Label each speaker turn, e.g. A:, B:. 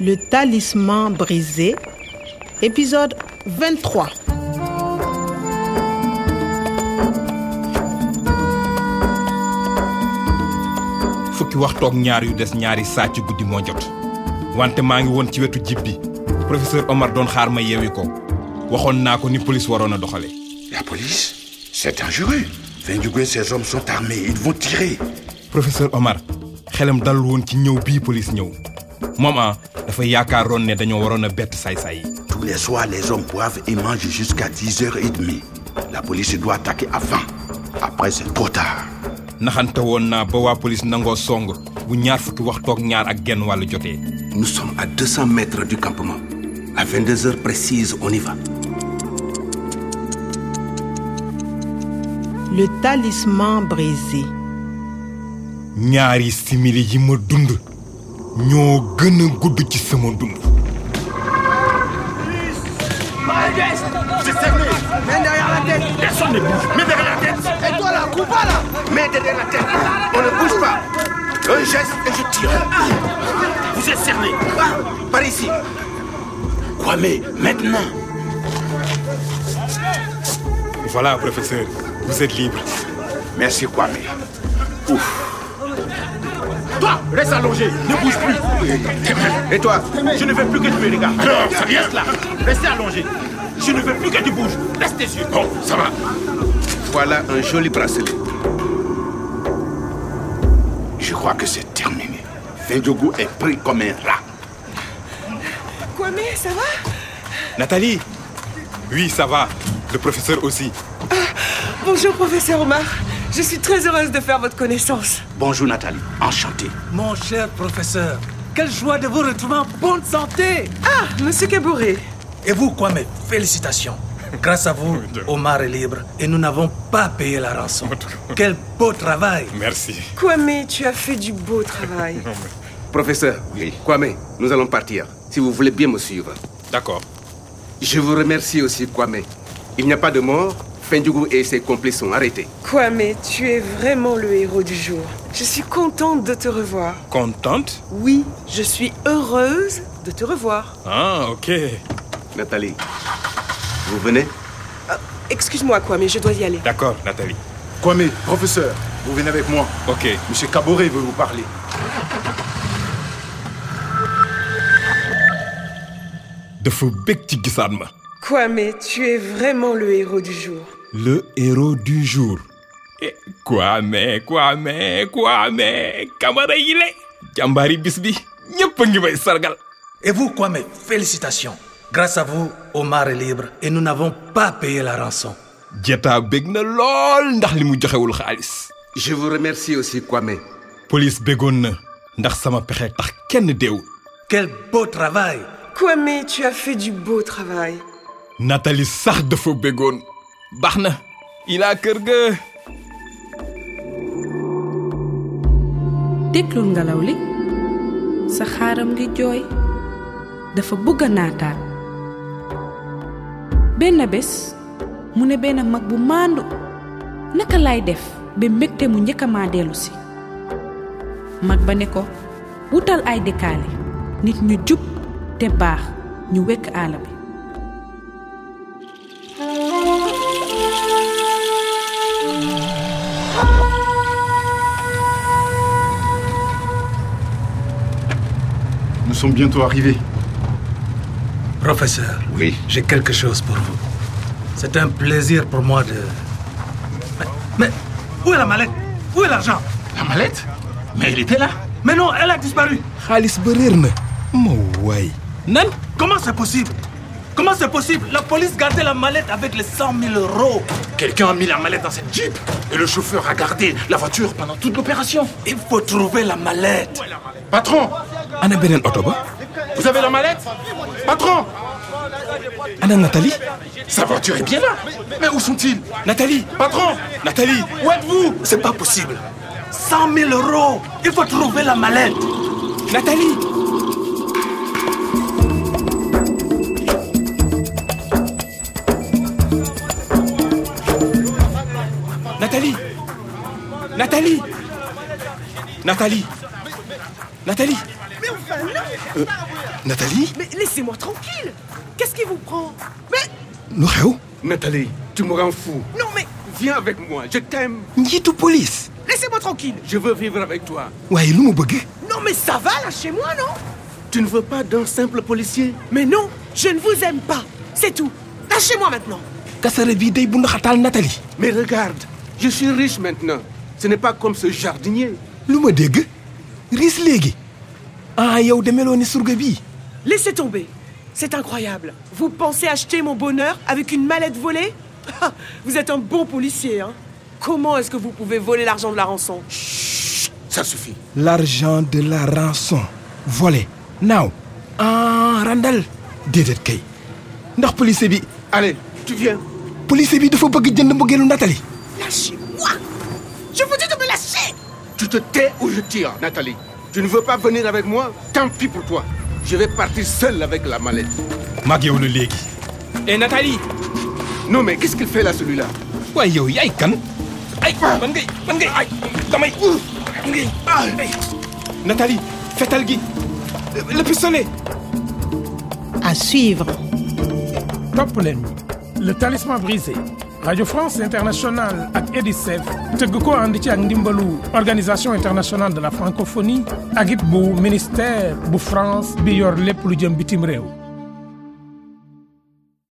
A: Le talisman brisé, épisode 23.
B: fukki waxtoog ñaar yu des ñaari saa ci guddi moo jot wante maa ngi woon ci wetu jibbi professeur Omar doon xaar ma yeewi ko waxoon naa ko ni police waroon a doxale
C: La police C'est injurieux. Vendugo et ses hommes sont armés, ils vont tirer.
B: professeur Omar xelam dalul woon ci ñëw bii police ñëw moom ah dafa yaakaaroon ne dañoo waroon a bett saay-saay yi
C: Tous les soirs, les hommes boivent et mangent jusqu'à 10h30. La police doit attaquer avant. Après, c'est trop tard.
B: naxante woon naa ba waa police nangoo song bu ñaar fukki waxtoog ñaar ak genn wàllu jotee
D: Nous sommes à 200 mètres du campement. À 22 heures précises, on y va.
A: Le talisman brisé.
B: ñaari simili yi ma dund ñoo gën a gudd ci sama dund
C: Et toi là, coupe là Mets derrière la tête. On ne bouge pas. Un geste et je tire. Vous êtes cerné. par ici. Kwame, maintenant.
B: voilà professeur vous êtes libre
C: Merci Kwame. Ouf. Toi, reste allongé, ne bouge plus. Et toi, je ne veux plus que tu me regardes. Non, ça Reste là, restez allongé. Je ne veux plus que tu bouges. Reste tes yeux. Bon, ça va. Voilà un joli bracelet. Je crois que c'est terminé. Vendjogu est pris comme un rat.
E: Kwame, ça va
B: Nathalie oui ça va le professeur aussi
E: Bonjour, professeur Omar. Je suis très heureuse de faire votre connaissance.
C: Bonjour Nathalie, enchanté.
F: Mon cher professeur, quelle joie de vous retrouver en bonne santé
E: Ah, monsieur Kabouré.
F: Et vous, quoi, mes félicitations Grâce à vous, Omar est libre et nous n'avons pas payé la rançon. Quel beau travail
B: merci
E: Kwame, tu as fait du beau travail.
G: Professeur,
C: Oui.
G: Kwame, nous allons partir. Si vous voulez bien me suivre.
B: d'accord
G: Je vous remercie aussi, Kwame. Il n'y a pas de mort. Fendjougou et ses complices sont arrêtés.
E: Kwame, tu es vraiment le héros du jour. Je suis contente de te revoir.
B: contente
E: Oui, je suis heureuse de te revoir.
B: ah ok
G: Nathalie, vous venez
E: Ah, Excuse-moi, Kwame, je dois y aller.
B: d'accord Nathalie
H: Kwame, professeur, vous venez avec moi.
B: ok
H: Monsieur Caboret veut vous parler.
B: dafa bég ci gisaat ma
E: Kwame, tu es vraiment le héros du jour.
B: le héros du jour. Eh, Kwame Kwame Kwame kamara yi le jàmbaari bis bi ñépp a ngi may sargal
F: Et vous, quoi, mes félicitations Grâce à vous, Omar est libre et nous n'avons pas payé la rançon.
B: jetaa bég na lool ndax li mu joxewul xaalis
G: Je vous remercie aussi, Kwame.
B: police bégoon na ndax sama pexe tax kenn deewul
F: Quel beau travail
E: Kwame, tu as fait du beau travail.
B: Nathalie sax dafa bégoon baax na ilaa kër ga
I: déglul ngelaw li sa xaaram ngi jooy dafa bëgg a naataan benn bés mu ne benn mag bu maandu naka laay def ba mbégte mu njëkk a maa dellu si mag ba ne ko wutal ay dëkkaale nit ñu jub te baax ñu wekk àll bi
H: Nous sommes bientôt arrivés.
F: Professeur,
C: Oui.
F: j'ai quelque chose pour vous. C'est un plaisir pour moi de... Mais, mais où est la mallette Où est l'argent
H: La mallette Mais elle était là.
F: Mais non, elle a disparu
B: xaalis ba réer na ma waay nan
F: Comment c'est possible Comment c'est possible La police gardait la mallette avec les 100 000 euros.
H: Quelqu'un a mis la mallette dans cette Jeep et le chauffeur a gardé la voiture pendant toute l'opération.
F: Il faut trouver la mallette.
H: Patron,
B: ana beneen oto ba
H: vous avez la mallette Patron,
B: ana Nathalie
H: sa voiture est bien là. Mais où sont-ils
B: Nathalie
H: Patron,
B: Nathalie
H: où êtes-vous
F: C'est pas possible. 100 000 euros. Il faut trouver la mallette.
B: Nathalie Nathalie Nathalie Nathalie Nathalie
E: Mais enfin, Ben non
B: Nathalie
E: Mais laissez-moi tranquille Qu'est-ce qui vous prend Mais
B: lu xew
G: Nathalie, tu me rends fou.
E: non, mais
G: Viens avec moi, je t'aime.
B: njiitu police
E: laissez-moi tranquille
G: Je veux vivre avec toi.
B: waaye lu mu bëgg
E: Non, mais ça va, lâchez-moi, non
G: Tu ne veux pas d'un simple policier
E: Mais non, je ne vous aime pas, c'est tout Lâchez-moi maintenant
B: kasara bii day bu ndaxataal Nathalie
G: Mais regarde, je suis riche maintenant. Ce n'est pas comme ce jardinier.
B: lu ma dégg riis léegi ah yow demeloo ni surga bii
E: Laissez tomber C'est incroyable Vous pensez acheter mon bonheur avec une mallette volée Ah, Vous êtes un bon policier, hein Comment est-ce que vous pouvez voler l'argent de la rançon
G: Ça suffit.
B: l'argent de la rançon volé naaw ah randal déedéet kay ndax policier bi
G: Allez, tu viens.
B: policier bi dafa bëgg jënd mbëggeelu Nathalie
E: Lâchez-moi Je vous dis de me lâcher
G: Tu te tais ou je tire, Nathalie. Tu ne veux pas venir avec moi Tant pis pour toi. Je vais partir seul avec la mallette.
B: maag yow la léegi et Nathalie
G: Non mais qu'est-ce qu'il fait là celui-là
B: waaye yow yaay kan ay man ngay man ngay ay damay man ngay ah ay Nathalie fetal gi le pistolet
A: À suivre.
J: topp leen le talisman brisé radio france internationale ak edicef tëgg ko ànd ci ak ndimbalu organisation internationale de la francophonie ak it bu ministère bu france bi yor lépp lu jëm bitim réew